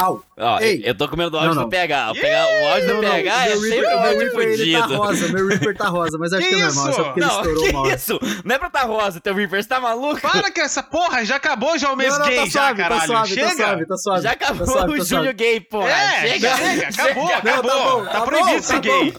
Au. Ó, Ei. eu tô comendo o áudio Não, do não. PH. O, PH, o áudio do PH é meu sempre Reaper, o meu áudio Reaper, ele tá fudido. rosa, meu Reaper tá rosa, mas acho que, Que é normal, isso? só porque ele Não, estourou uma que hora. isso? Não é pra tá rosa, teu Reaper, você tá maluco? Para com essa porra, já acabou já é o mês não, não, gay, tá já, suave, caralho. tá suave, Chega. tá suave, tá suave. Já acabou tá suave, o tá suave. Júlio Gay, porra. É, chega. chega, acabou, Não, tá acabou. bom, tá, tá bom, proibido tá ser bom. gay.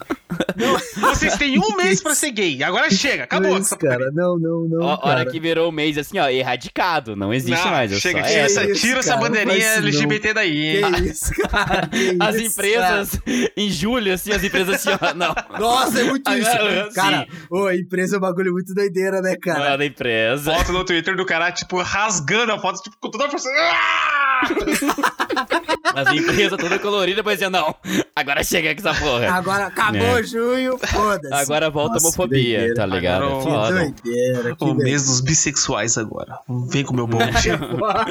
Vocês têm um mês pra ser gay, agora chega, acabou. Não, é isso, cara. Não, não, não. Ó, cara. hora que virou o mês assim, ó, erradicado. Não existe Não, mais. é chega, só tira, essa. essa, isso, tira essa cara, não bandeirinha faz isso, não. LGBT daí, hein? Que isso, cara. que As isso, empresas, em julho, assim, as empresas assim, ó, não. cara. Nossa, é muito isso. Agora, Cara, sim. ô, empresa é um bagulho muito doideira, né, Não cara? é da empresa. Foto no Twitter do cara, tipo, rasgando a foto, tipo, com toda a força. Ah! As empresas toda colorida, pois é, não. Agora chega com essa porra. Agora acabou É. junho, foda-se. Agora Ah, volta a Nossa, que homofobia, doideira. tá ligado? É Agora o- Que foda. doideira, que O doideira. mês dos bissexuais agora. Vem com o meu bom Agora-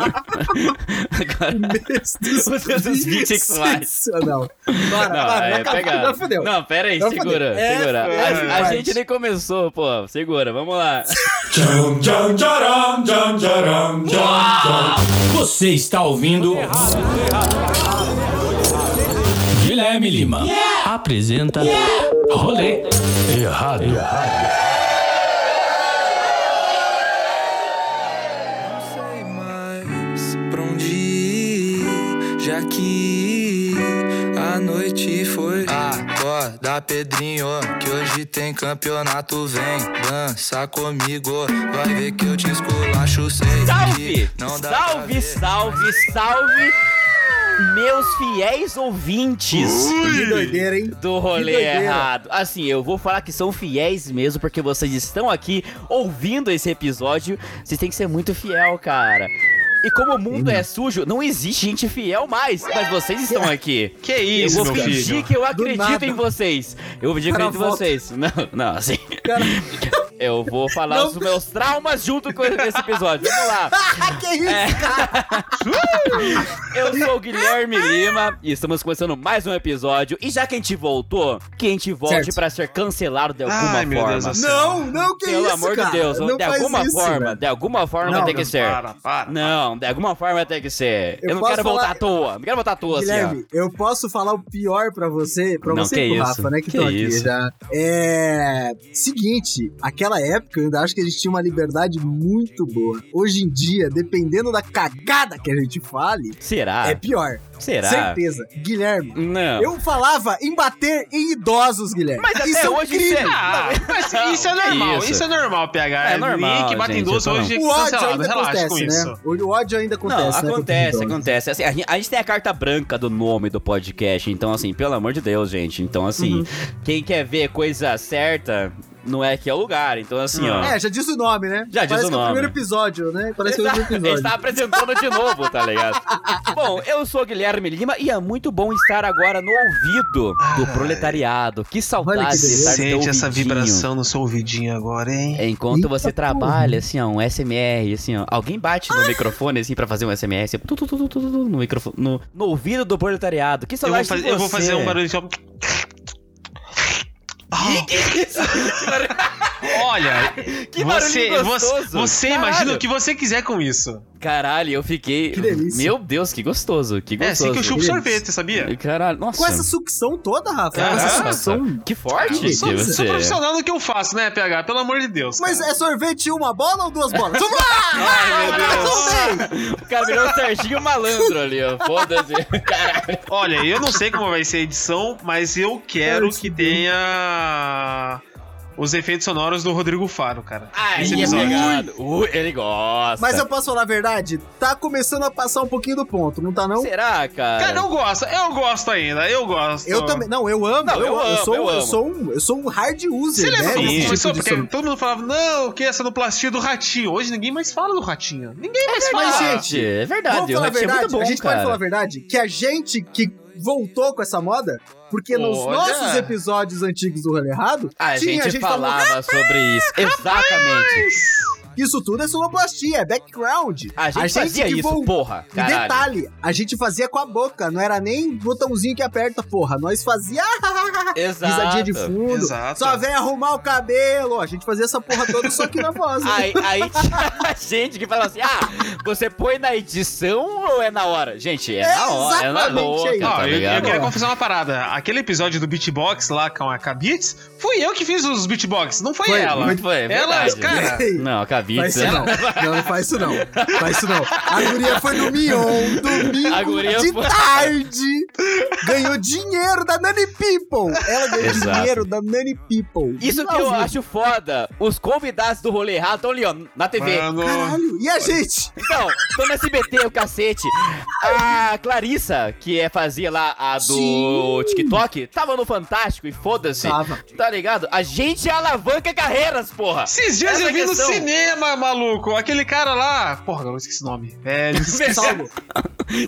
Os seus bissexuais. Sensacional. Bora, Não, bora, é, acabou, pega... não fudeu. Não, pera aí, Não fudeu. segura, É, segura. foi, A- a, vai. gente nem começou, pô. Segura, vamos lá. Tcham, tcham, tcharam, tcham, tcharam, tcham, tcham. Você está ouvindo. Guilherme Lima apresenta Rolê Errado. Não sei mais pra onde ir, já que a noite foi. Acorda, Pedrinho, que hoje tem campeonato. Vem dança comigo, vai ver que eu te esculacho, sei. Salve! que não dá pra Salve, ver. salve, salve, meus fiéis ouvintes. Que doideira, hein? Do rolê doideira. errado. Assim, eu vou falar que são fiéis mesmo, porque vocês estão aqui ouvindo esse episódio. Vocês têm que ser muito fiel, cara. E como o mundo é sujo, não existe gente fiel mais. Mas vocês estão aqui. Que Eu isso, vou meu fingir filho? que eu nada. acredito em vocês. Eu vou fingir que eu Cara, acredito em volta. vocês. Não, não, assim. Cara, Eu vou falar Não. os meus traumas junto com esse episódio. Vamos lá. que isso, É, Eu sou o Guilherme Lima e estamos começando mais um episódio. E já que a gente voltou, que a gente volte Certo. pra ser cancelado de alguma forma. Ai, meu Deus do céu. Não, não, que Pelo isso, amor cara. de Deus, não de faz alguma isso, forma, tipo velho. de alguma forma Não, tem que não, ser. Para, para. Não, de alguma forma tem que ser. Eu, Eu não quero posso voltar falar- à toa. Não quero voltar à toa, assim, Guilherme, eu posso falar o pior pra você, pra Não, você que e pro isso, Rafa, né, que que estão aqui isso. já. É, seguinte, aquela época eu ainda acho que a gente tinha uma liberdade muito boa. Hoje em dia, dependendo da cagada que a gente fale, ó. Será? é pior. Ah, Será? Certeza. Guilherme, Não. eu falava em bater em idosos, Guilherme. Mas até isso é um hoje crime. isso é- Ah, mas isso é Que normal, isso? isso? é normal, PH. É normal, Ninguém que bate em gente, então doce eu tô hoje é O ódio cancelado, ainda relaxa acontece, com né? isso. O ódio ainda Não, acontece. né, acontece, contra os idosos. acontece. Assim, a, gente, a gente tem a carta branca do nome do podcast, então, assim, pelo amor de Deus, gente. Então, Uhum. assim, quem quer ver coisa certa, não é que é o lugar. Então, assim, ó. É, já diz o nome, né? Já diz Parece o que é o nome. primeiro episódio, né? Parece que é o Ele tá- último Ele episódio. está apresentando de novo, tá ligado? Bom, eu sou Guilherme Lima e é muito bom estar agora no ouvido do proletariado. Que Olha saudade que de estar no teu Sente essa ouvidinho. vibração no seu ouvidinho agora, hein? É, Enquanto É, Eita você porra. Ah! trabalha, assim, ó, um SMR, assim, ó. Alguém bate no microfone, assim, pra fazer um SMR, assim, tu, tu, tu, tu, tu, tu, no, microfone, no, no ouvido do proletariado. Que Eu vou, saudade faz- de eu vou você. fazer um barulho de. Ah, Olha, é Que você, barulhinho você, gostoso. você Caralho. imagina o que você quiser com isso. Caralho, eu fiquei... Que delícia. Meu Deus, que gostoso, que É gostoso. assim que eu chupo Isso. sorvete, sabia? Caralho, nossa. Com essa sucção toda, Rafa. Com Caraca, essa sucção. Que forte Eu que sou- Sou, você sou é. profissional no que eu faço, né, PH? Pelo amor de Deus. Mas cara. é sorvete uma bola ou duas bolas? Vamos lá! Ai, meu Agora Deus. tudo bem! O cara virou o Serginho Malandro ali, ó. Foda-se. Caralho. Olha, eu não sei como vai ser a edição, mas eu quero Ai, que fudeu. tenha os efeitos sonoros do Rodrigo Faro, cara. Ai, Esse ele é episódio. pegado. Ui, ele gosta. Mas eu posso falar a verdade? Tá começando a passar um pouquinho do ponto, não tá não? Será, cara? Cara, eu gosto, eu gosto ainda, eu gosto. Eu também. Não, eu amo. Não, eu, eu eu amo, sou, eu amo. sou um, eu sou um hard user, Você lembra né? quando desse começou? tipo de Porque som. todo mundo falava, não, o que é essa sonoplastia do ratinho? Hoje ninguém mais fala do ratinho. Ninguém mais fala. mas, gente, Gente, é Vamos falar verdade. O a Ratinho é verdade? muito bom, a gente cara. pode falar a verdade? Que a gente que voltou com essa moda, porque nos Olha. nossos episódios antigos do Rolê Errado, Ah, A tinha gente falando, falava sobre isso. Exatamente. Isso tudo é sonoplastia, é background. A gente fazia que isso, vol- porra. E Caralho. detalhe, a gente fazia com a boca, não era nem botãozinho que aperta, porra. Nós fazia Exato. risadinha de fundo, Exato. só vem arrumar o cabelo. A gente fazia essa porra toda só aqui na voz. né? Aí, aí tinha gente que fala assim: ah, você põe na edição ou é na hora? Gente, é na hora, é na Exatamente, é boca, isso. tá Ó, eu, eu ligado? queria confessar uma parada. Aquele episódio do beatbox lá com a Kabits, fui eu que fiz os beatbox, não foi, Foi, ela. foi. Foi, é Ela, verdade. cara. Não, é Faz Cavite. isso não. não, não faz isso não. Faz isso não. A guria foi no Mion, A domingo guria de foi- tarde. Ganhou dinheiro da Nani People. Ela ganhou Exato. dinheiro da Nani People. Isso que Ao eu vivo. acho foda. Os convidados do rolê errado estão ali, ó, na TV. Mano. Caralho, e a gente? Não, Então, tô no SBT, o cacete. A Clarissa, que é, fazia lá a do Sim. TikTok, tava no Fantástico e foda-se. Tava. Tá ligado? A gente alavanca carreiras, porra. Esses dias Essa eu vi no questão. cinema, maluco. Aquele cara lá. Porra, eu esqueci o nome. Velho. Salvo.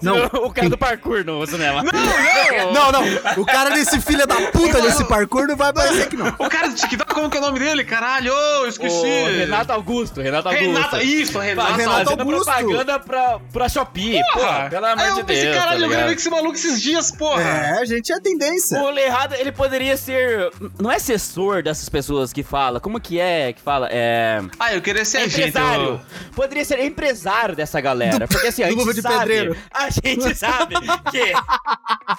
Não. O cara do parkour no cinema. não, Não, não. O cara desse filho da puta desse parkour não vai aparecer aqui, não. não. O cara do TikTok, como que é o nome dele? Caralho, eu esqueci. O Renato Augusto, Renato Augusto. Renato, isso, Renato. Fazendo Renato Augusto. propaganda pra, pra Shopee. Porra, pelo amor Aí de É, eu pensei, Deus. caralho, tá eu gravei ligado? com esse maluco esses dias, porra. É, a gente é O tendência. rolê errado, ele poderia ser. Não é assessor dessas pessoas que fala. Como que é que fala? É. Ah, eu queria ser agente. empresário. então- Poderia ser empresário dessa galera. porque assim, a do Luva gente de sabe. Pedreiro. A gente sabe que.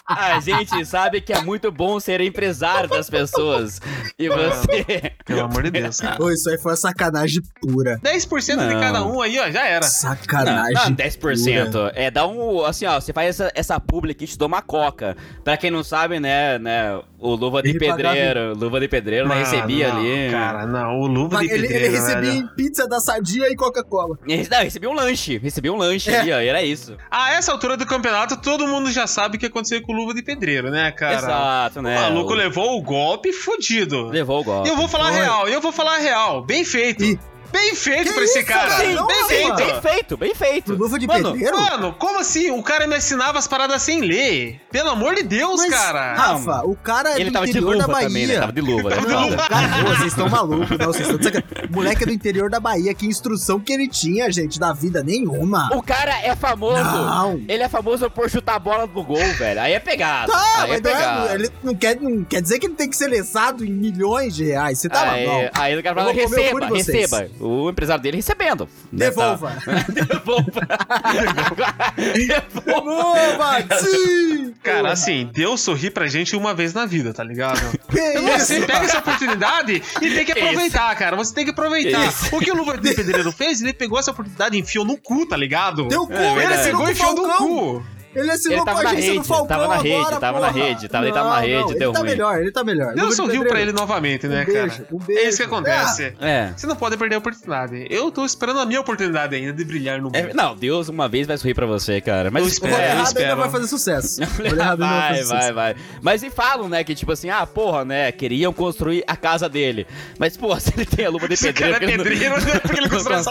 A gente sabe que é muito bom ser empresário das pessoas. E Ah. você. Pelo amor de Deus. Ô, isso aí foi uma sacanagem pura. 10% de Não. cada um aí, ó, já era. Sacanagem. Não, pura. 10%. É, dá um. Assim, ó, você faz essa, essa publi aqui, te dá uma coca. Pra quem não sabe, né, né? O Luva de Ele pagava- Pedreiro. Luva de Pedreiro, Ah, né? Recebia Ah, não, ali. Cara, não, o luva Mas de Ele, ele pedreiro, recebia velho. em pizza da sadia e Coca-Cola. Não, recebi um lanche. Recebi um lanche É. ali, ó. E era isso. A Ah, essa altura do campeonato, todo mundo já sabe o que aconteceu com o luva de pedreiro, né, cara? Exato, né? O maluco O- levou o golpe fudido. levou o golpe. Eu vou falar a Foi. real, eu vou falar a real. Bem feito. Ih. Bem feito Que pra esse isso, cara. velho? Não, Bem mano. feito. Bem feito, bem feito. Luva de Mano, pedreiro? Mano, como assim? O cara me assinava as paradas sem ler. Pelo amor de Deus, Mas, cara. Rafa, o cara é Ele do tava de interior luva da Bahia. também, né? Tava de luva, né? Não, Foda. cara, vocês estão malucos, não, vocês estão de sacanagem. Moleque é do interior da Bahia, que instrução que ele tinha, gente, da vida nenhuma. O cara é famoso. Não. Ele é famoso por chutar a bola no gol, velho. Aí é pegado. Tá, aí é mas não, pegado. é, ele não quer, não quer dizer que ele tem que ser lesado em milhões de reais, você tá aí, maluco. aí o cara Eu fala, vou comer o cu receba, de vocês. receba. O empresário dele recebendo. né, Devolva. tá? Devolva. Devolva. Oba, sim! Cara, assim, Deus sorri pra gente uma vez na vida, tá ligado? É Que É isso? Você pega essa oportunidade e tem que Que aproveitar, cara. Você tem que aproveitar. Isso. O que o Luva de Pedreiro fez, ele pegou essa oportunidade e enfiou no cu, tá ligado? Deu cu, né? É ele ele verdade. assinou pegou com o e enfiou no Falcão. cu. Ele assinou Ele com a tava na agência do rede, Falcão tava na rede, agora, tava na porra. rede, tava- ele tava na Não, rede, não, deu Ele tá ruim. melhor, ele tá melhor. Luva Deus de sorriu pra ele pedreiro. novamente, né, Um cara? beijo, um beijo. É isso que acontece. É. Você não pode perder a oportunidade. Eu tô esperando a minha oportunidade ainda de brilhar no mundo. É, Não, Deus uma vez vai sorrir pra você, cara. Mas Eu O É, eu Rolê errado ainda espero. vai fazer sucesso. O Rolê errado ainda Vai, vai fazer vai, sucesso. vai. Mas e falam, né, que tipo assim, ah, porra, né, queriam construir a casa dele. Mas, porra, se ele tem a luva de Esse pedreiro... cara é não- pedreiro, né, porque ele constrói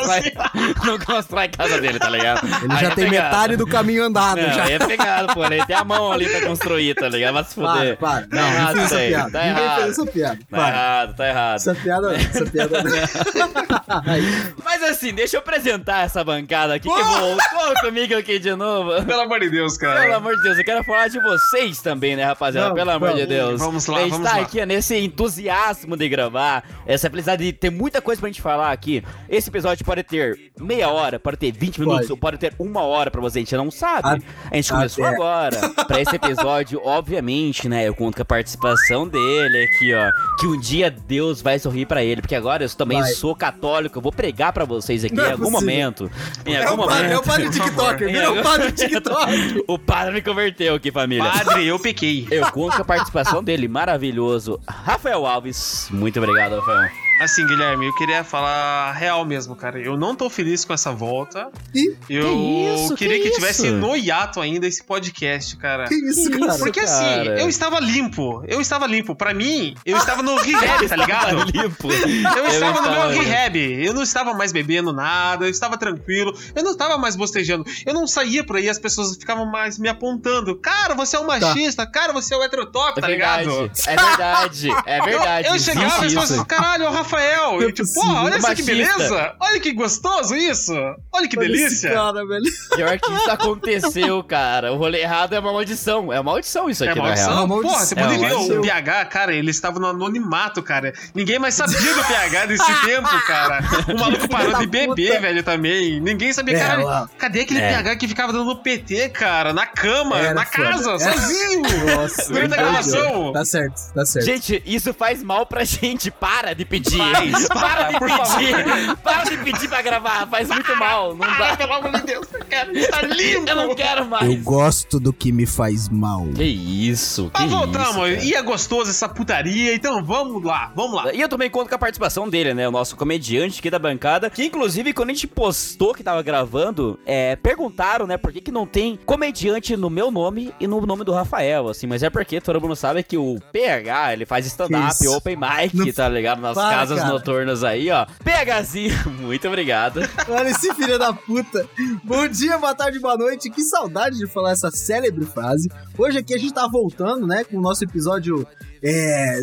Não constrói a casa dele, tá ligado? Ele Aí já é tem pegado. metade do caminho andado, Não, já. aí é pegado, pô. Ele tem a mão ali pra construir, tá ligado? Vai se Para, fuder. para. Tá Ninguém errado fez isso essa aí, piada. Tá Ninguém fez errado. essa piada. Tá Para. errado, tá errado. Essa piada, essa piada. é. Mas assim, deixa eu apresentar essa bancada aqui que voltou comigo aqui de novo. Pelo amor de Deus, cara. Pelo amor de Deus, eu quero falar de vocês também, né, rapaziada? Vamos, Pelo amor de vamos. Deus. Vamos lá, a gente vamos tá lá. aqui nesse entusiasmo de gravar, essa felicidade de ter muita coisa pra gente falar aqui. Esse episódio pode ter meia hora, pode ter 20 minutos, Pode. Ah, ou pode ter uma hora pra você, a gente não sabe. A- a gente começou até. agora. pra esse episódio, obviamente, né, eu conto com a participação dele aqui, ó. Que um dia Deus vai sorrir pra ele, porque agora eu também Vai. sou católico, eu vou pregar pra vocês aqui Não é em algum possível. momento. Em É algum o padre, é o momento. padre TikToker. Vira o padre TikTok. É, O padre me converteu aqui, família. Padre, eu pequei. Eu conto com a participação dele, maravilhoso, Rafael Alves. Muito obrigado, Rafael. Assim, Guilherme, eu queria falar real mesmo, cara. Eu não tô feliz com essa volta. Ih, Eu Que isso, queria que que, isso? tivesse no hiato ainda esse podcast, cara. Que isso, cara? isso? Porque assim, cara? eu estava limpo. Eu estava limpo. Pra mim, eu estava no rehab, tá ligado? Tá limpo. Eu estava no meu estava- rehab. Eu não estava mais bebendo nada, eu estava tranquilo, eu não estava mais bostejando. Eu não saía por aí, as pessoas ficavam mais me apontando. Cara, você é um Tá. machista, cara, você é o heterotop, É tá verdade, ligado? é verdade, é verdade. Eu, eu chegava e assim, as existe pessoas, isso. caralho, o Rafael. Não E é tipo, possível, porra, olha só que machista. beleza. Olha que gostoso isso. Olha que Olha esse delícia. cara, velho. Pior que isso aconteceu, cara. O rolê errado é uma maldição. É uma maldição isso É aqui, na real. maldição? real. Porra, você pode É ver maldição. o PH, cara, ele estava no anonimato, cara. Ninguém mais sabia do PH nesse tempo, cara. O maluco parou de beber, velho, também. Ninguém sabia, É, cara. lá. Cadê aquele É. PH que ficava dando PT, cara? Na cama, Era na foda. casa, Era- sozinho. Nossa, Durante a verdade, gravação. ó. Tá certo, tá certo. Gente, isso faz mal pra gente. Para de pedir. Faz, para de por favor. pedir. Para de pedir pra gravar. Faz muito mal. Não Ah, dá. pelo amor de Deus, cara, está lindo. Eu não quero mais. gosto do que me faz mal. Que isso, que Mas isso. Tá, voltamos, cara. ia gostoso essa putaria, então vamos lá, vamos lá. E eu também conto com a participação dele, né? O nosso comediante aqui da bancada. Que inclusive, quando a gente postou que tava gravando, é, perguntaram, né, por que, que não tem comediante no meu nome e no nome do Rafael, assim. Mas é porque todo mundo sabe que o PH, ele faz Que stand-up, isso. open mic, Não- tá ligado? Nas Para, casas cara. noturnas aí, ó. PHzinho, muito obrigado. Olha esse filho da puta. Bom dia, boa tarde, boa noite. Que saudade de falar essa célebre frase. Hoje aqui a gente tá voltando, né, com o nosso episódio é,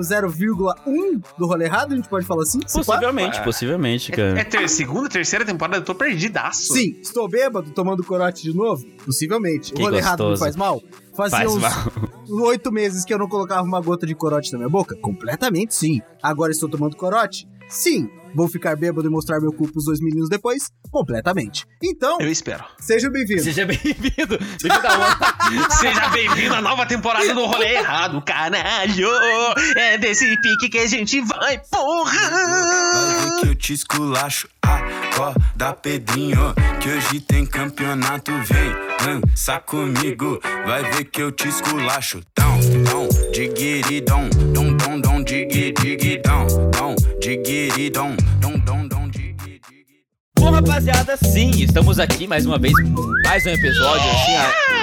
000,1 do Rolê Errado, a gente pode falar assim? Se pá? Possivelmente, possivelmente, É cara. ter, segunda, terceira temporada, eu tô perdidaço. Sim, estou bêbado, tomando corote de novo? Possivelmente. Que o rolê errado me gostoso. faz mal? Fazia Faz uns mal. oito meses que eu não colocava uma gota de corote na minha boca? Completamente sim. Agora estou tomando corote? Sim. Vou ficar bêbado e mostrar meu cu pros dois meninos depois? Completamente. Então, Eu espero. sejam bem-vindos. Seja bem-vindo. Bem-vindo a outra. Seja bem-vindo à nova temporada do Rolê Errado, caralho! É desse pique que a gente vai, Vai ver porra! que eu te esculacho, acorda Pedrinho Que hoje tem campeonato, vem dança comigo Vai ver que eu te esculacho Dão, dão, diguiridão Dom, dom, dom, digui, digui, dão Dom, diguiridão Dom, dom, dom, digui, digui Bom, rapaziada, sim, estamos aqui mais uma vez, com mais um episódio, assim,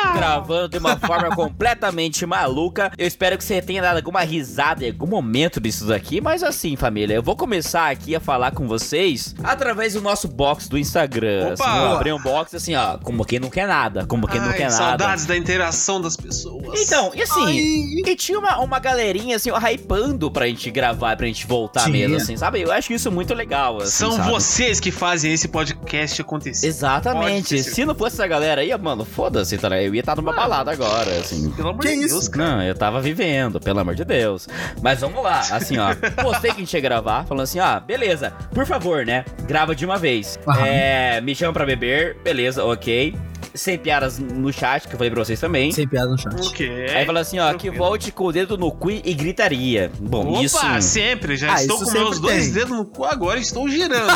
ó, gravando de uma forma completamente maluca. Eu espero que você tenha dado alguma risada em algum momento disso daqui, mas assim, família, eu vou começar aqui a falar com vocês através do nosso box do Instagram. Opa! Assim, eu vou abrir um box, assim, ó, como quem não quer nada, como quem não Ai, quer nada. saudades da interação das pessoas. Então, e assim, e tinha uma, uma galerinha, assim, ó, hypando pra gente gravar, pra gente voltar Tinha. mesmo, assim, sabe? Eu acho isso muito legal, assim, são sabe? vocês que fazem esse podcast acontecer. Exatamente. Pode ser. Ah. Se não fosse essa galera aí, mano, foda-se, tá? ligado? eu ia estar numa balada agora, assim. Pelo amor Que de isso? Deus, cara. Não, eu tava vivendo, pelo amor de Deus. Mas vamos lá, assim, ó. Postei que a gente ia gravar, falando assim, ó, beleza, por favor, né? Grava de uma vez. Aham. É, me chama pra beber, beleza, ok. Sem piadas no chat, que eu falei pra vocês também. Sem piada no chat. O quê? Aí fala assim, ó, que Tranquilo. volte com o dedo no cu e gritaria. Bom, Opa, isso. sempre, já Ah, estou isso com sempre meus dois tem. dedos no cu agora e estou girando.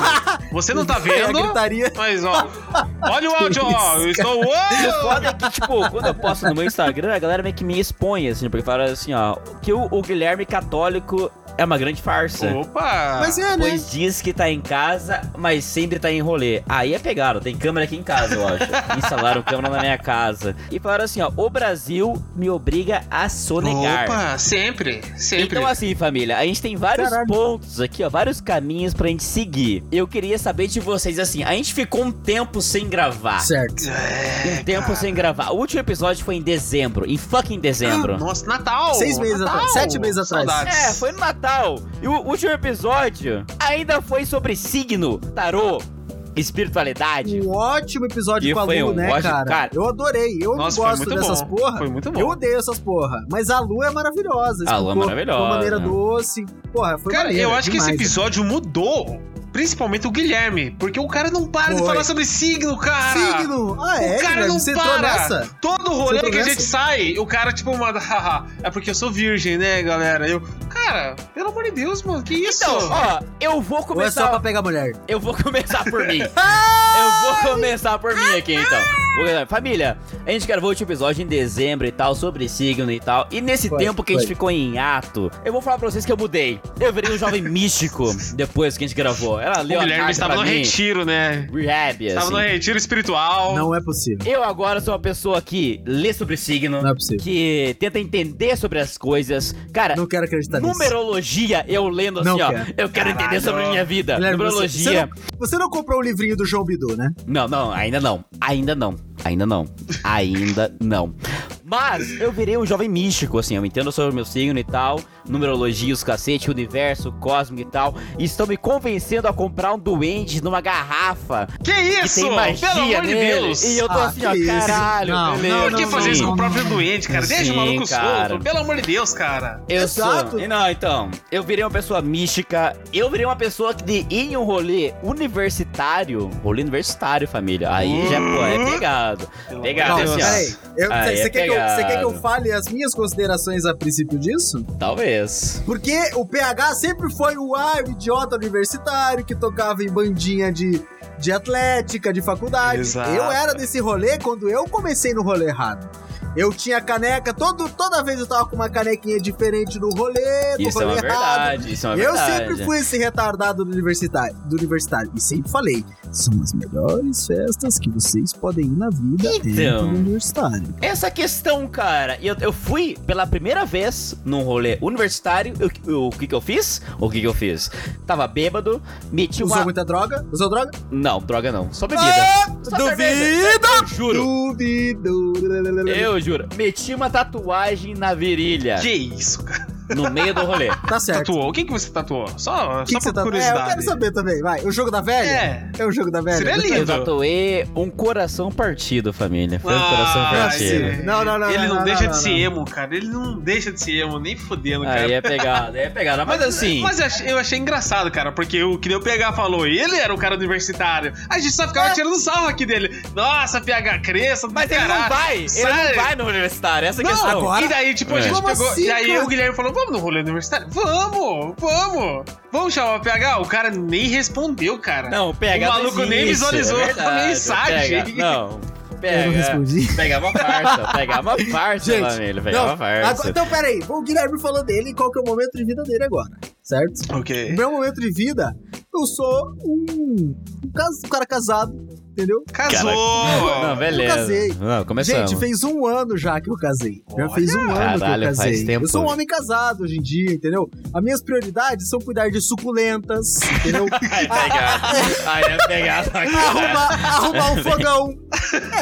Você não tá É a vendo? gritaria. Mas ó, olha o áudio, ó. isso, Eu estou. O Uou! foda é que, tipo, quando eu posto no meu Instagram, a galera meio que me expõe, assim, porque fala assim, ó, que o, o Guilherme católico é uma grande farsa. Opa! Mas é, né? Ah, Pois diz que tá em casa, mas sempre tá em rolê. Aí é pegado, tem câmera aqui em casa, eu acho. Instalaram câmera na minha casa. E falaram assim, ó, o Brasil me obriga a sonegar. Opa, sempre, sempre. Então assim, família, a gente tem vários Caralho. pontos aqui, ó, vários caminhos pra gente seguir. Eu queria saber de vocês assim, a gente ficou um tempo sem gravar. Certo. É, Um tempo sem gravar. O último episódio foi em dezembro. Em fucking dezembro. Nossa, Natal! Seis meses Natal. atrás, sete meses atrás. Saudades. É, foi no Natal. E o último episódio ainda foi sobre signo, tarô, espiritualidade. Um ótimo episódio E com a foi Lu, um né, ótimo- cara? cara. Eu adorei. Eu Nossa, foi gosto muito dessas bom. porra. Foi muito bom. Eu odeio essas porra. Mas a Lu é maravilhosa. A Lu explicou é De maravilhosa. uma maneira doce. Porra, foi Cara, maneiro, eu acho que esse demais. né? episódio mudou. Principalmente o Guilherme, porque o cara não para de Foi. falar sobre signo, cara! Signo! Ah, é? O cara Guilherme, não você entrou para! nessa? é Todo Você rolê que entrou a gente nessa? sai, o cara, tipo, manda, haha, é porque eu sou virgem, né, galera? Eu, cara, pelo amor de Deus, mano, que isso? Então, ó, eu vou Ou é só começar. pra pegar mulher? Eu vou começar por mim. eu vou começar por mim aqui, então. Vou começar. Família, a gente gravou o último episódio em dezembro e tal, sobre signo e tal. E nesse Foi, tempo que a gente foi. ficou em ato, eu vou falar pra vocês que eu mudei. Eu virei um jovem místico depois que a gente gravou. Ela o leu a Guilherme carta estava pra no mim. retiro, né? Rehab, Estava assim. no retiro espiritual. Não é possível. Eu agora sou uma pessoa que lê sobre signo, Não é possível. que tenta entender sobre as coisas. Cara, Não quero acreditar nisso. numerologia, eu lendo assim, Não ó. quero. Eu quero entender Caralho. sobre a minha vida. Guilherme, numerologia. Você, você não, um. você não comprou o livrinho do João Bidu, né? Não, não, ainda não. Ainda não. Ainda não. Ainda não. Mas eu virei um jovem místico, assim, eu entendo sobre o meu signo e tal, numerologia, os cacete, universo, cosmo e tal, e estão me convencendo a comprar um duende numa garrafa Que que isso? tem magia Pelo amor de nele. Deus. E eu tô Ah, assim, que ó, isso. caralho, Não, meu, Por que não, fazer não, isso com não, o próprio não. doente, cara? Deixa o maluco Sim, cara. solto. Pelo amor de Deus, cara. Eu Exato. sou. Não, então, eu virei uma pessoa mística, eu virei uma pessoa que de ir em um rolê universitário, rolê universitário, família, aí já, pô, Uhum. é pegado. Pegado, Calma, assim, ó. peraí. Eu- Aí Você é quer, que eu- você quer que eu pegado. fale as minhas considerações a princípio disso? Talvez. Porque o PH sempre foi o, ah, o idiota universitário que tocava em bandinha de, de atlética, de faculdade. Exato. Eu era desse rolê quando eu comecei no rolê errado. Eu tinha caneca, todo, toda vez eu tava com uma canequinha diferente no rolê, no Isso é rolê uma errado. verdade, isso é uma Eu verdade. sempre fui esse retardado do universitário, do universitário. E sempre falei: são as melhores festas que vocês podem ir na vida dentro Então. do universitário. Essa questão, cara, eu, eu fui pela primeira vez num rolê universitário. eu- eu- o que que eu fiz? O que que eu fiz? Tava bêbado, meti Usou uma. muita droga? Usou droga? Não, droga não, só bebida. Ah, Só cerveja. Eu juro. Duvido! Eu juro, meti uma tatuagem na virilha, Que isso, cara? no meio do rolê. Tá certo. Tatuou? O que, que você tatuou? Só, O que, só que você por tá curiosidade. É, eu quero saber também, vai. O jogo da velha? É. É, o jogo da velha. Seria lindo. Eu tatuei um coração partido, família. Foi um coração Ah, partido. esse- Não, não, não, Ele não, não, não, deixa não, de ser não. emo, cara. Ele não deixa de ser emo, nem fudendo, cara. Aí é pegada, aí é pegada. Mas assim, Mas eu achei, eu achei engraçado, cara, porque o que nem o PH falou, ele era o cara universitário. A gente só É. ficava tirando sarro aqui dele. Nossa, PH, cresça, do mas ele não caralho. vai, ele Sério? não vai no universitário, essa é a Não, questão. agora- E daí, tipo, a É. gente Como pegou. assim, e aí cara? o Guilherme falou: vamos no rolê universitário? Vamos, vamos! Vamos chamar o PH? O cara nem respondeu, cara. Não, pega. O maluco não nem existe, visualizou é a verdade, mensagem. pega. Não, pega. Eu não respondi. Pega uma farsa, pega uma farsa, Gente, família, pega Não, uma farsa. agora, então, peraí. O Guilherme falou dele e qual que é o momento de vida dele agora, certo? O Ok. meu momento de vida, eu sou um, um cas- um cara casado, entendeu? Casou! Não, beleza. casei. Não, começamos. Gente, fez um ano já que eu casei. Já Olha! fez um ano que Caralho, eu faz casei. tempo. Eu sou um homem casado hoje em dia, entendeu? As minhas prioridades são cuidar de suculentas, entendeu? Aí é pegada. Aí é pegada. arrumar, arrumar um fogão.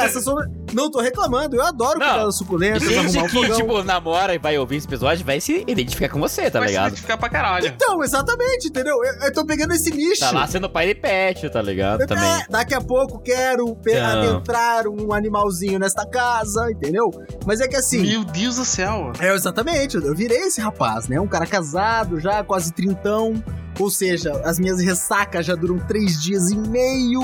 Essa sou... Não tô reclamando, eu adoro Não. cuidar das suculentas, Gente arrumar um que, fogão. tipo, namora e vai ouvir esse episódio vai se identificar com você, tá vai se ligado? identificar pra caralho. Então, exatamente, entendeu? Eu, eu tô pegando esse nicho. Tá lá sendo pai de pet, tá ligado? Eu- Também. é, daqui a pouco quero pe- Não. adentrar um animalzinho nesta casa, entendeu? Mas é que assim. Meu Deus do céu. É, exatamente, eu eu virei esse rapaz, né? Um cara casado já, quase trintão. Ou seja, as minhas ressacas já duram três dias e meio.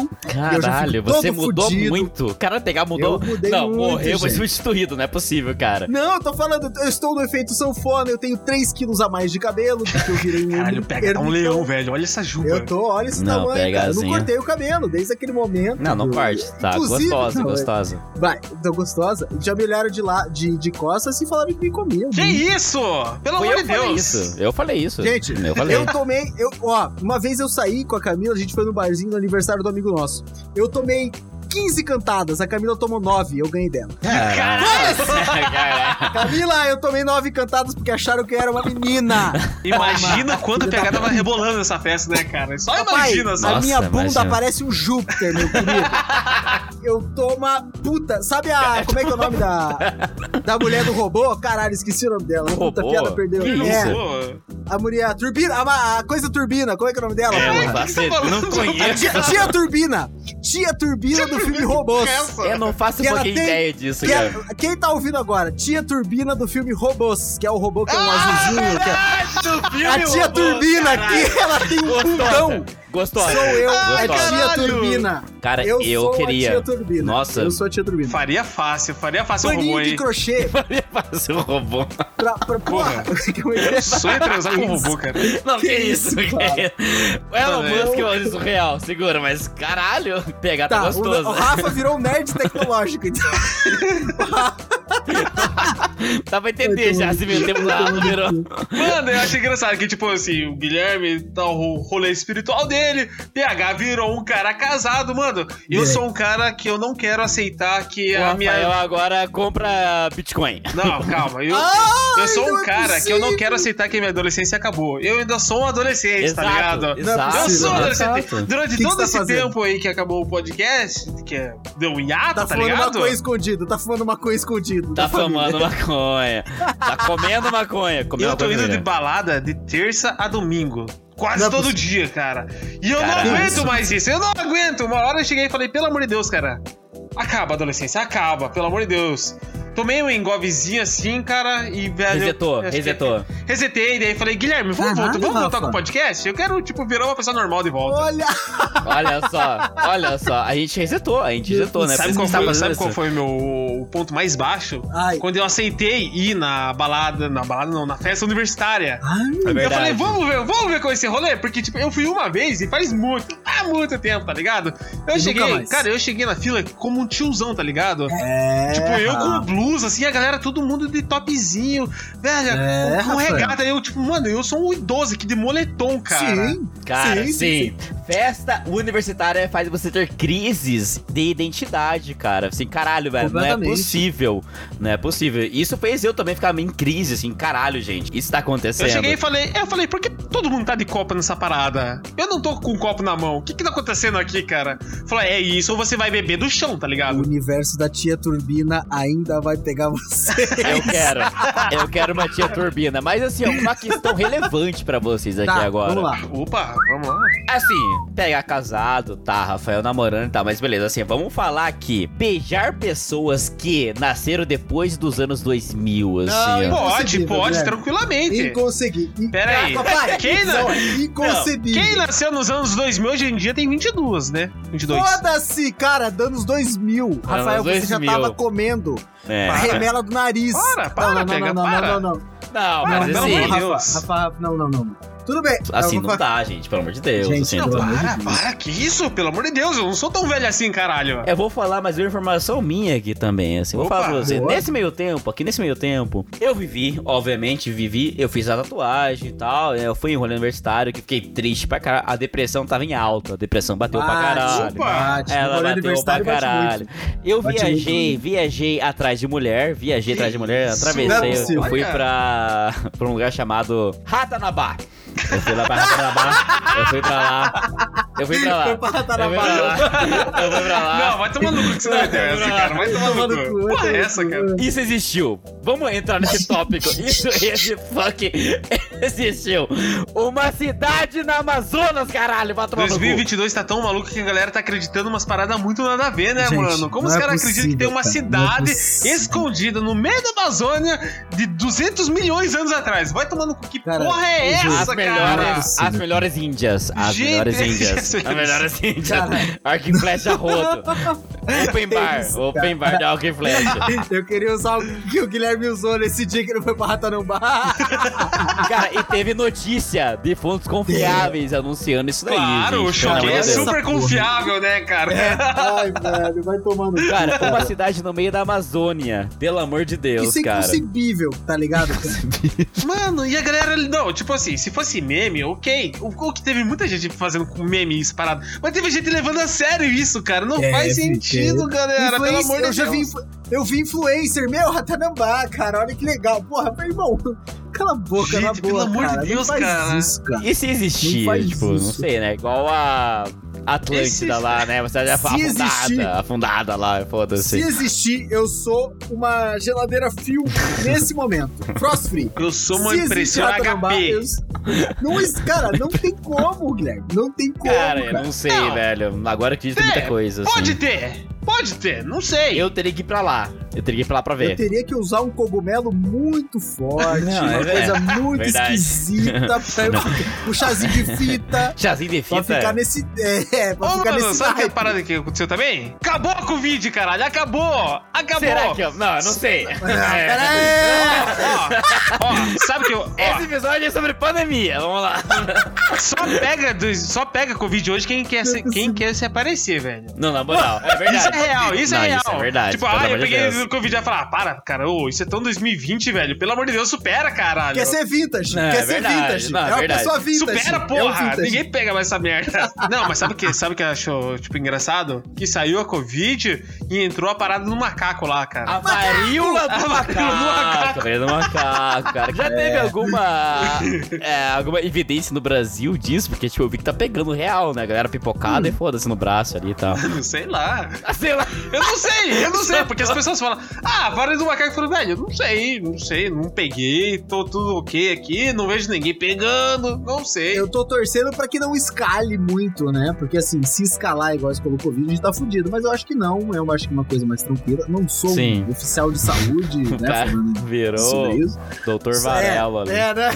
eu já Caralho, fico você todo mudou fudido. muito. Cara, pegar mudou. Eu mudei não, muito, morreu, foi gente. substituído, não é possível, cara. Não, eu tô falando, eu estou no efeito sanfona, eu tenho 3 quilos a mais de cabelo, porque eu virei um. Caralho, PH tá um ermitão. leão, velho. Olha essa juba. Eu tô, olha esse Não, tamanho, cara. Eu não pegazinho. cortei o cabelo desde aquele momento. Não, não Eu- parte. Tá, Inclusive, gostosa, não, é. gostosa. Vai, tô gostosa. Já me olharam de, lá, de, de costas e falaram que me comiam. né? Que isso? Pelo Foi amor eu de que falei Deus. isso. Eu falei isso. Gente, eu falei. Eu tomei, eu, ó, uma vez eu saí com a Camila, a gente foi no barzinho no aniversário do amigo nosso. Eu tomei 15 cantadas, a Camila tomou 9, eu ganhei dela. Ah. Caralho. Camila, eu tomei 9 cantadas porque acharam que eu era uma menina. Imagina quanto o PH tava rebolando nessa festa, né, cara? Só Papai, imagina, só. a Nossa, minha bunda imagina. parece um Júpiter, meu querido. Eu tô uma puta. Sabe a. Como é que é o nome da. Da mulher do robô? Caralho, esqueci o nome dela. Do puta robô? piada perdeu. Que é, isso? Pô. a mulher. A turbina. A, ma- a coisa turbina, como é que é o nome dela? É, porra? eu faço- não A conheço. tia, tia Turbina! Tia Turbina do filme Robôs. Eu não faço Que ela pouquinha tem- ideia disso, Que é- cara. quem tá ouvindo agora? Tia Turbina do filme Robôs, que é o robô que é um azulzinho. que é- a tia Turbina aqui, ela tem um Gostosa. fundão. Sou Gostosa. eu, é Gostosa. tia Caralho. Turbina. Cara, Eu, eu, sou a queria. tia Turbina. Nossa. Eu sou a tia Turbina. Faria fácil, faria fácil o robô, Paninho de um hein? crochê Queria fazer um robô. pra, pra porra. Eu sonho em transar com o robô, cara. Não, que, Que isso, isso, que cara? isso. O Elon Não, Musk é um surreal, segura, mas caralho, pegar tá, Tá, o, gostoso. o Rafa virou um nerd tecnológico, então. Dá pra entender já se tá metemos na Verão. Mano, eu acho engraçado que, tipo assim, o Guilherme tá o rolê espiritual dele, PH virou um cara casado, mano. Eu É. sou um cara que eu não quero aceitar que O a Rafael minha. Tá agora compra Bitcoin. Não, calma. Eu, eu sou não um é cara que eu não possível. quero aceitar que a minha adolescência acabou. Eu ainda sou um adolescente, tá ligado? Exato. Eu sou um exato. adolescente. Durante Que que todo você tá esse fazendo? tempo aí que acabou o podcast, que é- deu um hiato, Tá tá, falando uma ligado? coisa escondida, tá falando uma coisa escondida. Tá da família. fumando maconha. Tá comendo maconha. Comendo Eu tô maconha. indo de balada de terça a domingo. Quase Não é todo dia, cara. E eu Caraca. não aguento mais isso. Eu não aguento. Uma hora eu cheguei e falei, pelo amor de Deus, cara. Acaba, a adolescência. Acaba, pelo amor de Deus. Tomei um engovezinho assim, cara, e velho. Resetou, acho que- resetou. Resetei, e daí falei, Guilherme, vamos, Caralho, voltar, vamos voltar Rafa. com o podcast? Eu quero, tipo, virar uma pessoa normal de volta. Olha, Olha só, olha só. A gente resetou, a gente resetou, né? Por Sabe isso que qual, a gente tá foi, fazendo sabe isso. qual foi o meu o ponto mais baixo? Ai. Quando eu aceitei ir na balada, na balada não, na festa universitária. É eu verdade. falei, vamos ver, vamos ver com esse rolê, porque tipo, eu fui uma vez e faz muito, há muito tempo, tá ligado? Eu E nunca cheguei, mais. cara, eu cheguei na fila como um tiozão, tá ligado? É, Tipo, eu com Rafa. blusa, assim, a galera, todo mundo de topzinho, velho, É, com, com Rafael. regata. Eu, tipo, mano, eu sou um idoso aqui de moletom, cara. né? Sim, Cara, Sim, sim, sim, Festa universitária faz você ter crises de identidade, cara. Assim, caralho, velho, não é Completamente. possível. Não é possível. Isso fez eu também ficar em crise, assim, caralho, gente. Isso tá acontecendo. Eu cheguei e falei, eu falei, por que todo mundo tá de copo nessa parada? Eu não tô com um copo na mão. O que que tá acontecendo aqui, cara? Falei, é isso, ou você vai beber do chão, tá O ligado? universo da tia Turbina ainda vai pegar você. Eu quero. Eu quero uma tia turbina. Mas assim, ó, uma questão relevante pra vocês aqui tá, agora. vamos lá. Opa, vamos lá. Assim, pegar casado, tá, Rafael namorando, tá, mas beleza, assim, vamos falar aqui. Beijar pessoas que nasceram depois dos anos 2000, assim, Não, ó. não. Pode, Inconcebível, pode, Guilherme. tranquilamente. Inconcebível. Pera aí. Ah, Papai, Quem na- inconcebível. Quem é nasceu nos anos 2000 hoje em dia tem 22, né? 22. Foda-se, cara, danos 2000. Rafael, você já 2000. tava comendo É. a remela do nariz. Para, para, não, não, pega, não, para. não, não, não, Não, mas Não, não, assim, pelo amor de Rafa, Deus. tá, Rafa, Rafa, não, não, não. Tudo bem. assim, Eu vou não falar- dá, gente, pelo amor de Deus. Gente, assim, não, tô- pelo amor de Para, Deus. para, que isso? Pelo amor de Deus, eu não sou tão velho assim, caralho. Eu vou falar, mas uma informação minha aqui também, assim. Vou Opa, falar pra você. boa. Nesse meio tempo, aqui nesse meio tempo, eu vivi, obviamente, vivi. Eu fiz a tatuagem e tal. Eu fui em rolê universitário, que fiquei triste pra caralho. A depressão tava em alta. A depressão bateu pra Bate, caralho. Opa. Ah, bate. No Ela rolê bateu pra universitário bate muito. caralho. Eu Bate viajei, viajei atrás de mulher, viajei atrás de mulher, isso? Não é atravessei. possível. eu fui Olha. pra, pra um lugar chamado Ratanabá. Eu fui lá pra Ratanabá. eu fui pra lá. Eu fui pra lá. Foi pra Ratanabá. Eu fui pra lá. Eu fui pra lá. Não, vai tomar no cu que você não é essa, cara. Vai tomar no cu. Porra, é essa, cara. Isso existiu. Vamos entrar nesse tópico. Isso, esse fuck existiu. Uma cidade na Amazonas, caralho. Vai tomar no cu. 2022 tá tão maluco que a galera tá acreditando umas paradas muito nada a ver, né, Gente, mano? Como não os é caras acreditam que tem possível, uma cara, não é cidade possível. escondida no meio da Amazônia de 200 milhões de anos atrás? Vai tomar no cu. Que Cara, porra é eu juro. As essa, é cara? melhores, as melhores índias. As Gente, melhores índias. isso As é melhores índias. Cara. Arco e flecha rodo. Open bar. isso, open bar de arco e flecha. Eu queria usar o que o Guilherme usou nesse dia que ele foi pra Ratanambá. Cara, e teve notícia de fontes confiáveis anunciando isso daí. Claro, gente. o Pelo choque amor é de Deus. essa super porra. É. confiável, né, cara? Ai, velho, vai tomando. Cara, uma cidade no meio da Amazônia. Pelo amor de Deus, Isso é cara. inconcebível, tá ligado? cara? Mano, e a galera. Não, tipo assim, se fosse meme, ok. O, o que teve muita gente fazendo com meme isso parado. Mas teve gente levando a sério isso, cara. Não É, faz porque- sentido, galera. Pelo Influencer- amor de eu Deus. já vi, influ- eu vi influencer, meu, Ratanambá, cara, olha que legal. Porra, meu irmão, cala a boca, Gente, na boa, pelo amor de cara, não Deus, faz cara. isso, cara. E se Não existia, faz tipo, não isso. sei, né? Igual a Atlântida Esse- lá, né? Uma cidade Se afundada, existir- afundada lá, Se foda-se. existir, eu sou uma geladeira fio nesse momento. Frost free. Eu sou uma Se existe impressora Ratanambá, HP. eu- Não, es- cara, não tem como, Guilherme. Não tem como. Cara, eu Cara, não sei, Não. velho. Agora acredito em muita É, coisa, assim. Pode ter, pode ter, não sei. Eu teria que ir pra lá. Eu teria que ir pra lá pra Eu ver. teria que usar um cogumelo muito forte, Não, uma é coisa muito Verdade. esquisita, pra eu um chazinho de fita, Chazinho de pra fita. ficar nesse. É, Ô, pra ficar mano, nesse. sabe que a hype. parada que aconteceu também? Acabou a Covid, caralho, acabou! Acabou! Será que eu... É, Não, eu não sei. Pera é, aí! Ó, ó, sabe que eu. Esse Ó, episódio é sobre pandemia, vamos lá. só pega, dos- só pega Covid hoje quem quer se, quem quer se aparecer, velho. Não, na moral, é verdade. Isso é real, isso Não, é real. Isso é verdade. Tipo, pelo ah, eu amor de peguei Deus. o Covid e ia falar, ah, para, cara, ô, isso é tão 2020, velho. Pelo amor de Deus, supera, caralho. Quer ser vintage, Não, é quer ser verdade, vintage. não, é é uma verdade. pessoa vintage. Supera, é um porra! vintage. Ninguém pega mais essa merda. Não, mas sabe o que? Sabe o que eu acho, tipo, engraçado? Que saiu a Covid e entrou a parada do macaco lá, cara. A varíola do A varíola do macaco. macaco. A varíola do macaco, cara. É. Já teve alguma, é, alguma evidência no Brasil disso? Porque, tipo, eu vi que tá pegando real, né? A galera pipocada e foda-se no braço ali e tal. Sei lá. Ah, Sei lá. Eu não sei, eu não sei, porque as pessoas falam, ah, a varíola do macaco. Eu falo, velho, eu não sei, não sei, não peguei, tô tudo ok aqui, não vejo ninguém pegando, não sei. Eu tô torcendo pra que não escale muito, né? Porque assim, se escalar igual você colocou o vídeo, a gente tá fudido. Mas eu acho que não. Eu acho que é uma coisa mais tranquila. Não sou Sim. um oficial de saúde, né? Cara, Falando sobre Virou isso. Doutor Varela ali. é, é, né?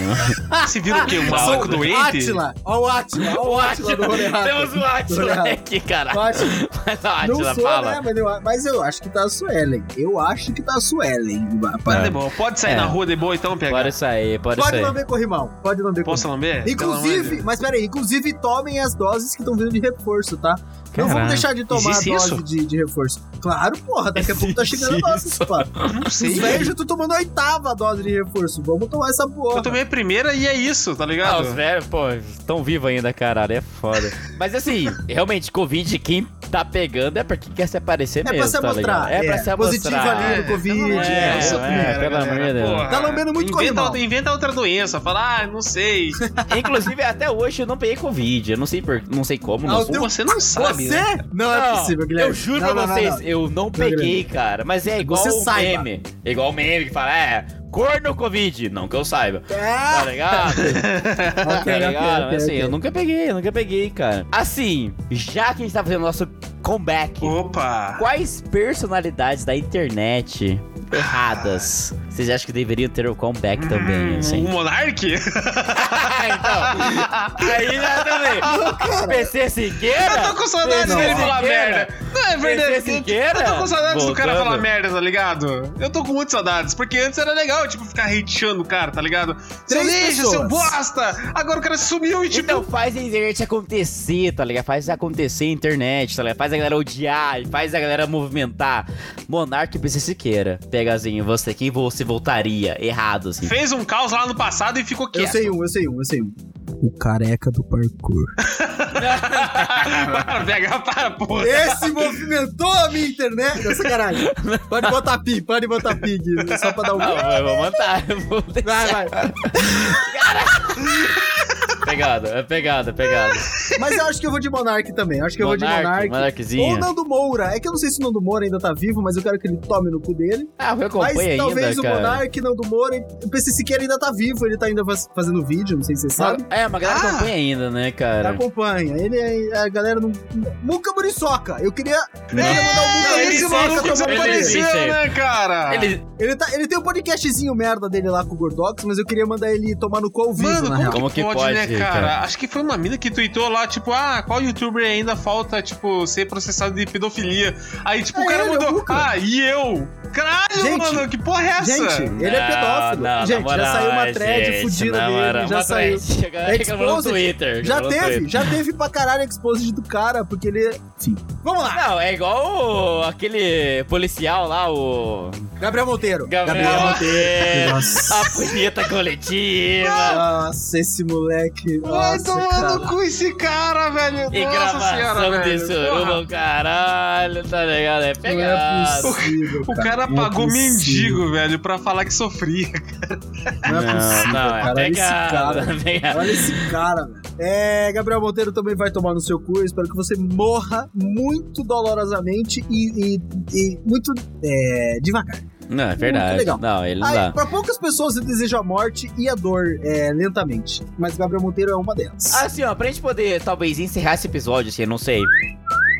Se vira o quê? Um maluco Sou doente? Átila. Ó o Átila. Ó o Átila do rolê errado. Temos o Do Atila rolê errado. aqui, caralho. Eu acho- Mas a Não Atila sou, fala. né? Mas eu, mas eu acho que tá a Suelen. Eu acho que tá a Suelen. Tá Rapaz. de boa. Pode sair É. na rua de boa então, PH? Pode sair, pode, Pode sair. lamber corrimão. Pode lamber corrimão. Posso lamber? Pelo amor Inclusive, de mas peraí, inclusive tomem as doses que estão vindo de reforço, tá? Não Caralho, vamos deixar de tomar a existe dose isso? de, de reforço. Claro, porra, daqui a pouco tá chegando a Existe dose, pá. Deus, não sei. Os velhos já estão tomando a oitava dose de reforço. Vamos tomar essa porra. Eu tomei a primeira e é isso, tá Ah, ligado? os velhos, pô, estão vivos ainda, caralho, é foda. Mas assim, realmente, Covid, quem tá pegando é porque quer se aparecer É mesmo, pra se tá amostrar. ligado? É, pra se Positivo amostrar. ali no Covid. É, né? é, Essa primeira. pelo amor de Deus. Porra, Tá lambendo muito inventa, corrimão. outra- inventa outra doença, fala, ah, não sei. Inclusive, até hoje eu não peguei Covid. Eu não sei, por, não sei como, não Ah, o sei. teu- Você não sabe, né? Você? Não, é possível, Guilherme. Eu juro Não, pra não, não, vocês, não. eu não peguei, cara. Mas é igual Você o saiba. meme. É igual o meme que fala, é, corno Covid. Não que eu saiba. Tá É, ligado? ok, tá ok, ligado? ok, assim, ok. eu nunca peguei, eu nunca peguei, cara. Assim, já que a gente tá fazendo nosso comeback, Uhum. Opa! quais personalidades da internet erradas vocês acham que deveriam ter o comeback Ah, também, Hum, O assim? Monark? Ah, então, aí já também. PC Siqueira? Eu tô com saudade dele Não. falar Siqueira. merda. Não, é Você verdade. se Eu, queira? eu tô com saudades do cara Voltando. falar merda, tá ligado? Eu tô com muitas saudades, porque antes era legal, tipo, ficar hateando o cara, tá ligado? Seu Três lixo, seu pessoas. bosta! Agora o cara sumiu e, tipo, Então faz a internet acontecer, tá ligado? Faz acontecer a internet, tá ligado? Faz a galera odiar e faz a galera movimentar. Monarque PC Siqueira. Pegazinho, você, quem você voltaria? Errado, assim. fez um caos lá no passado e ficou Eu é quieto. sei um, eu sei um, eu sei um. O careca do parkour. para, PH, para, porra. Esse movimentou a minha internet. Essa caralho. Pode botar pi, pode botar pi, Gui, só pra dar um. Não, Ah, eu vou mandar. Eu vou Vai, deixar. vai. Pegada, é pegada, é pegada. Mas eu acho que eu vou de Monark também. Acho que eu vou de Monarque, Monark. Ou Monarquezinho. Nando Moura. É que eu não sei se o Nando Moura ainda tá vivo, mas eu quero que ele tome no cu dele. Ah, eu Mas acompanho talvez ainda, o cara. Monark, Nando Moura. O PC Siqueira ainda tá vivo, ele tá ainda faz- fazendo vídeo, não sei se você sabe. Mas- É, mas a galera Ah! acompanha ainda, né, cara? Acompanha. Ele é. A galera não. Muca Muriçoca! Eu queria. Não. Eu queria mandar o Muca Não, ele esse existe, Muriçoca maluco tomar no cu ele dele. desapareceu, existe. né, cara? Ele... Ele, tá, ele tem um podcastzinho merda dele lá com o Gordox, mas eu queria mandar ele tomar no cu ao vivo, Mano, na como, real. Como que, que pode, pode, né, cara? cara? Acho que foi uma mina que tweetou lá, tipo, ah, qual youtuber ainda falta, tipo, ser processado de pedofilia? Aí, tipo, É o cara ele, é o mudou, Lucra. ah, e eu? Caralho, Gente, mano, que porra é essa? Gente, ele é pedófilo. Ah, Não, não, gente, na moral, é já saiu uma gente, thread fudida na dele, moral, já uma saiu. thread. A galera reclamou no Exposed. Twitter. Já reclamou no teve, Twitter. já teve pra caralho exposed do cara, porque ele. é Sim. Vamos lá! Não, é igual o- aquele policial lá, o. Gabriel Monteiro. Gabriel Monteiro. Nossa. A punheta coletiva. Nossa, esse moleque. Vai Nossa, tomar cara. no cu esse cara, velho. E Nossa senhora, gravação de velho. Porra, suruba, o caralho, tá ligado? É Não é pegado. possível. O cara Não é pagou possível. mendigo, velho, pra falar que sofria. Não é possível, não, é cara. Olha esse pegado. cara. é pegado. Olha esse cara, velho. É, Gabriel Monteiro também vai tomar no seu cu. Espero que você morra muito dolorosamente e, e- e muito é, devagar. Não, é verdade. legal. Não, ele não Aí, dá. pra poucas pessoas eu desejo a morte e a dor é, lentamente. Mas Gabriel Monteiro é uma delas. Assim, ó, pra gente poder talvez encerrar esse episódio, assim, eu não sei.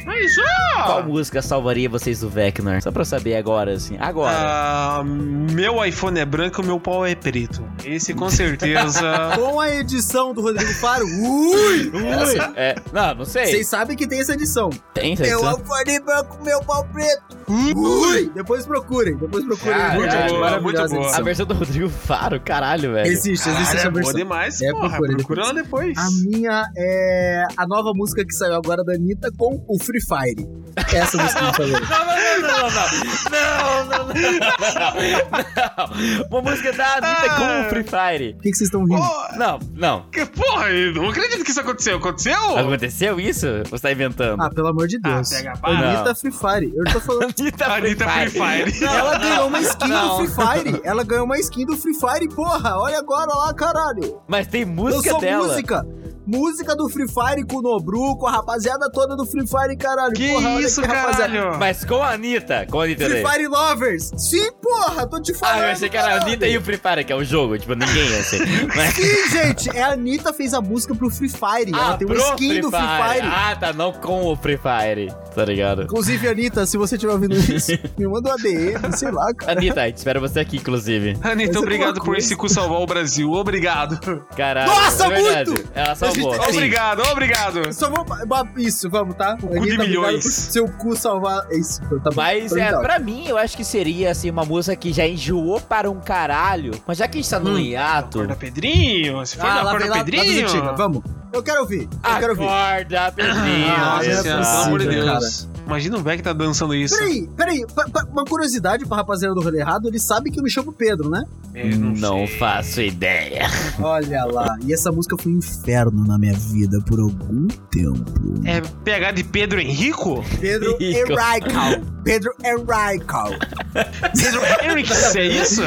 Mas já! Qual música salvaria vocês do Vecnor? Só pra eu saber agora, assim. Agora. Ah, meu iPhone é branco, meu pau é preto. Esse com certeza. Com a edição do Rodrigo Faro. Ui! Ui, é, não, não sei. Vocês sabem que tem essa edição. Tem, tem. Eu acordei branco, meu pau preto. Ui! Depois procurem, depois procurem. Cara, Muito muito boa, boa, maravilhosa é, muito boa. edição. A versão do Rodrigo Faro, caralho, velho. Existe, existe Caralho, essa é boa versão. demais, É, porra. procura Procura, depois. ela depois. A minha é a nova música que saiu agora da Anitta com o Free Fire. Essa música que tá eu falei. Não, não, não, não, não, não. Não, não, não, não. não. Uma música da Anitta com o Free Fire. Por que que vocês estão rindo? Porra, Não, não. que- porra, eu não acredito que isso aconteceu. Aconteceu? Aconteceu isso? Você tá inventando? Ah, pelo amor de Ah, Deus. pega a barra. Anitta Free Fire. Eu tô falando. Anitta, Anitta Free Fire. Ela ganhou uma skin Não. do Free Fire. Ela ganhou uma skin do Free Fire, porra. Olha agora lá, caralho. Mas tem música eu sou dela. música. Música do Free Fire com o Nobru, com a rapaziada toda do Free Fire, caralho. Que porra, olha isso, aqui, rapaziada. caralho? Mas com a Anitta. Com a Anitta Free daí. Fire Lovers. Sim, porra, tô te Ah, falando. eu achei que era a caralho. Anitta e o Free Fire, que é o jogo. Tipo, ninguém ia ser. Mas... Sim, gente, é a Anitta fez a música pro Free Fire. Ela tem uma ah, pro skin do Free Fire. Ah, tá, não com o Free Fire, tá ligado? Inclusive, Anitta, se você estiver ouvindo isso, me manda um uma DM, sei lá, cara. Anitta, a gente espera você aqui, inclusive. Essa Anitta, é obrigado uma por coisa. esse cu salvar o Brasil. Obrigado. Caralho. Nossa, é verdade. muito! Ela salvou. gente- tá sim. Obrigado, obrigado. Só vou. ba- Isso, vamos, tá? O de milhões. Seu cu salvar. É isso, tá bom. Mas Então, é, tá. pra mim, eu acho que seria assim uma música que já enjoou para um caralho. Mas já que a gente tá Hum. num hiato. Acorda Pedrinho, se for Ah, lá da vem Acorda lá, lá das Pedrinho. antigas, vamos. Eu quero ouvir, eu Ah, quero ouvir. Acorda, Pedrinho. Ah, Nossa, não é senhora, pelo amor de possível, Deus. Imagina o Beck tá dançando isso. Peraí, peraí, pa- pa- uma curiosidade pra rapaziada do rolê errado, ele sabe que eu me chamo Pedro, né? Eu Não sei. faço ideia. Olha lá, e essa música foi um inferno na minha vida por algum tempo. É PH de Pedro Henrico? Pedro Rico. Enrical, Pedro Enrical. Pedro Henrique, é isso?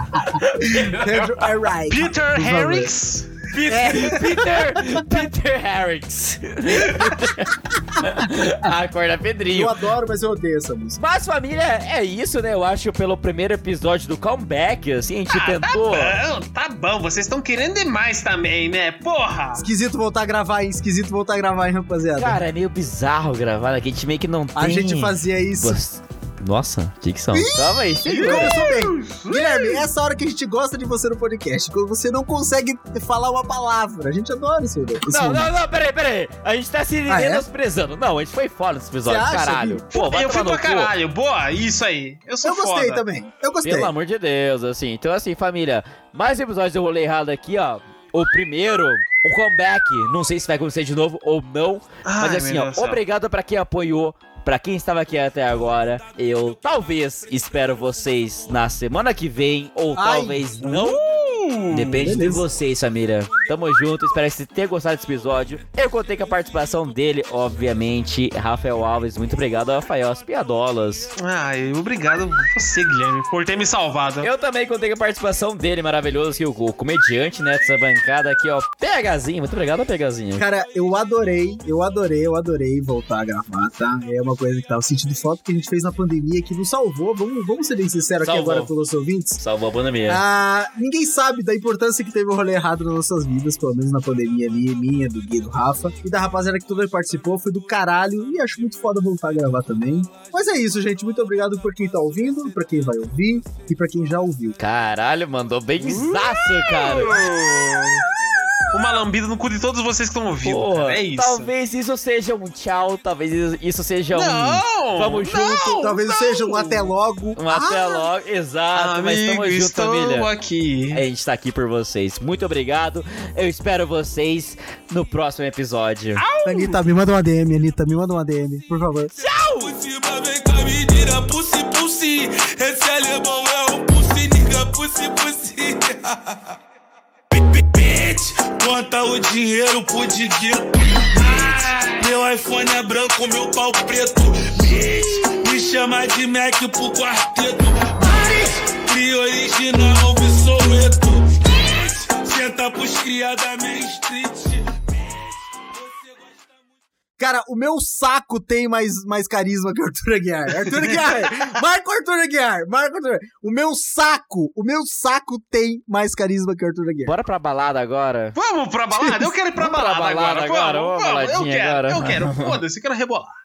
Pedro Enrical. Por Peter favor. Henricks? Peter, É, Peter, Peter Harris. Acorda, Pedrinho. Eu adoro, mas eu odeio essa música. Mas, família, é isso, né? Eu acho, pelo primeiro episódio do comeback, assim, a gente tentou. Tá bom, tá bom, vocês estão querendo demais também, né? Porra! Esquisito voltar a gravar, hein? Esquisito voltar a gravar, hein, rapaziada? Cara, é meio bizarro gravar, né? Que a gente meio que não tem. a gente fazia isso. Nossa, Nossa, dicção. Calma aí, segura. Começou bem. Guilherme, é essa hora que a gente gosta de você no podcast, quando você não consegue falar uma palavra. A gente adora isso. Não, não, não, peraí, peraí. A gente tá se Ah, é? menosprezando. Não, a gente foi fora desse episódio, Você acha, caralho. Gui? Pô, vai eu fui tomar pra no cu. caralho, boa, isso aí. Eu sou Eu gostei foda. também. Eu gostei. Pelo amor de Deus, assim. Então, assim, família, mais episódios do Rolê Errado aqui, ó. O primeiro, o comeback. Não sei se vai acontecer de novo ou não. Mas Ai, assim, meu ó, Deus do céu. obrigado pra quem apoiou, pra quem estava aqui até agora. Eu talvez espero vocês na semana que vem, ou Ai. talvez não. Uh! Depende de beleza. vocês, família. Tamo junto, espero que vocês tenham gostado desse episódio. Eu contei com a participação dele, obviamente, Rafael Alves. Muito obrigado, Rafael. As piadolas. Ai, obrigado você, Guilherme, por ter me salvado. Eu também contei com a participação dele, maravilhoso, que o, o comediante, né, dessa bancada aqui, ó. Pegazinho, muito obrigado, Pegazinho. Cara, eu adorei, eu adorei, eu adorei voltar a gravar, tá? É uma coisa que tava sentindo falta que a gente fez na pandemia, que nos salvou. Vamos, vamos ser bem sinceros aqui Salvou. agora pelos ouvintes. Salvou a pandemia. Ah, ninguém sabe da importância que teve o rolê errado nas nossas vidas, pelo menos na pandemia ali, minha, do Gui, do Rafa, e da rapaziada que toda participou, foi do caralho, e acho muito foda voltar a gravar também. Mas é isso, gente, muito obrigado por quem tá ouvindo, pra quem vai ouvir e pra quem já ouviu. Caralho, mandou bem zaço, cara. Hum, Uma lambida no cu de todos vocês que estão ouvindo. Porra, cara, é isso. talvez isso seja um tchau, talvez isso seja um Não! Ah, vamos junto. Talvez seja um até logo. Ah! Um até logo, exato, mas Amigo, tamo junto, estou família. aqui. A gente tá aqui por vocês. Muito obrigado. Eu espero vocês no próximo episódio. Anitta, me manda uma DM, Anitta, me manda uma DM, por favor. Pussy, mas vem cá, me tira Pussy, pussy Esse alemão é um pussy Nigga, pussy, pussy Bi- bi- Bitch Conta o dinheiro pro digueto Meu iPhone é branco, meu pau preto Bitch Me chama de Mac pro quarteto Cria original, obsoleto Bitch, Senta pros cria da Main Street Cara, o meu saco tem mais, mais carisma que o Arthur Aguiar. Arthur Aguiar! Marco Arthur Aguiar! Marco Arthur Aguiar. O meu saco, o meu saco tem mais carisma que o Arthur Aguiar. Bora pra balada agora? Vamos pra balada? Eu quero ir pra Vamos pra balada, balada agora. agora, Vamos, uma vamos. Eu baladinha quero, agora. eu quero. Foda-se, eu quero rebolar.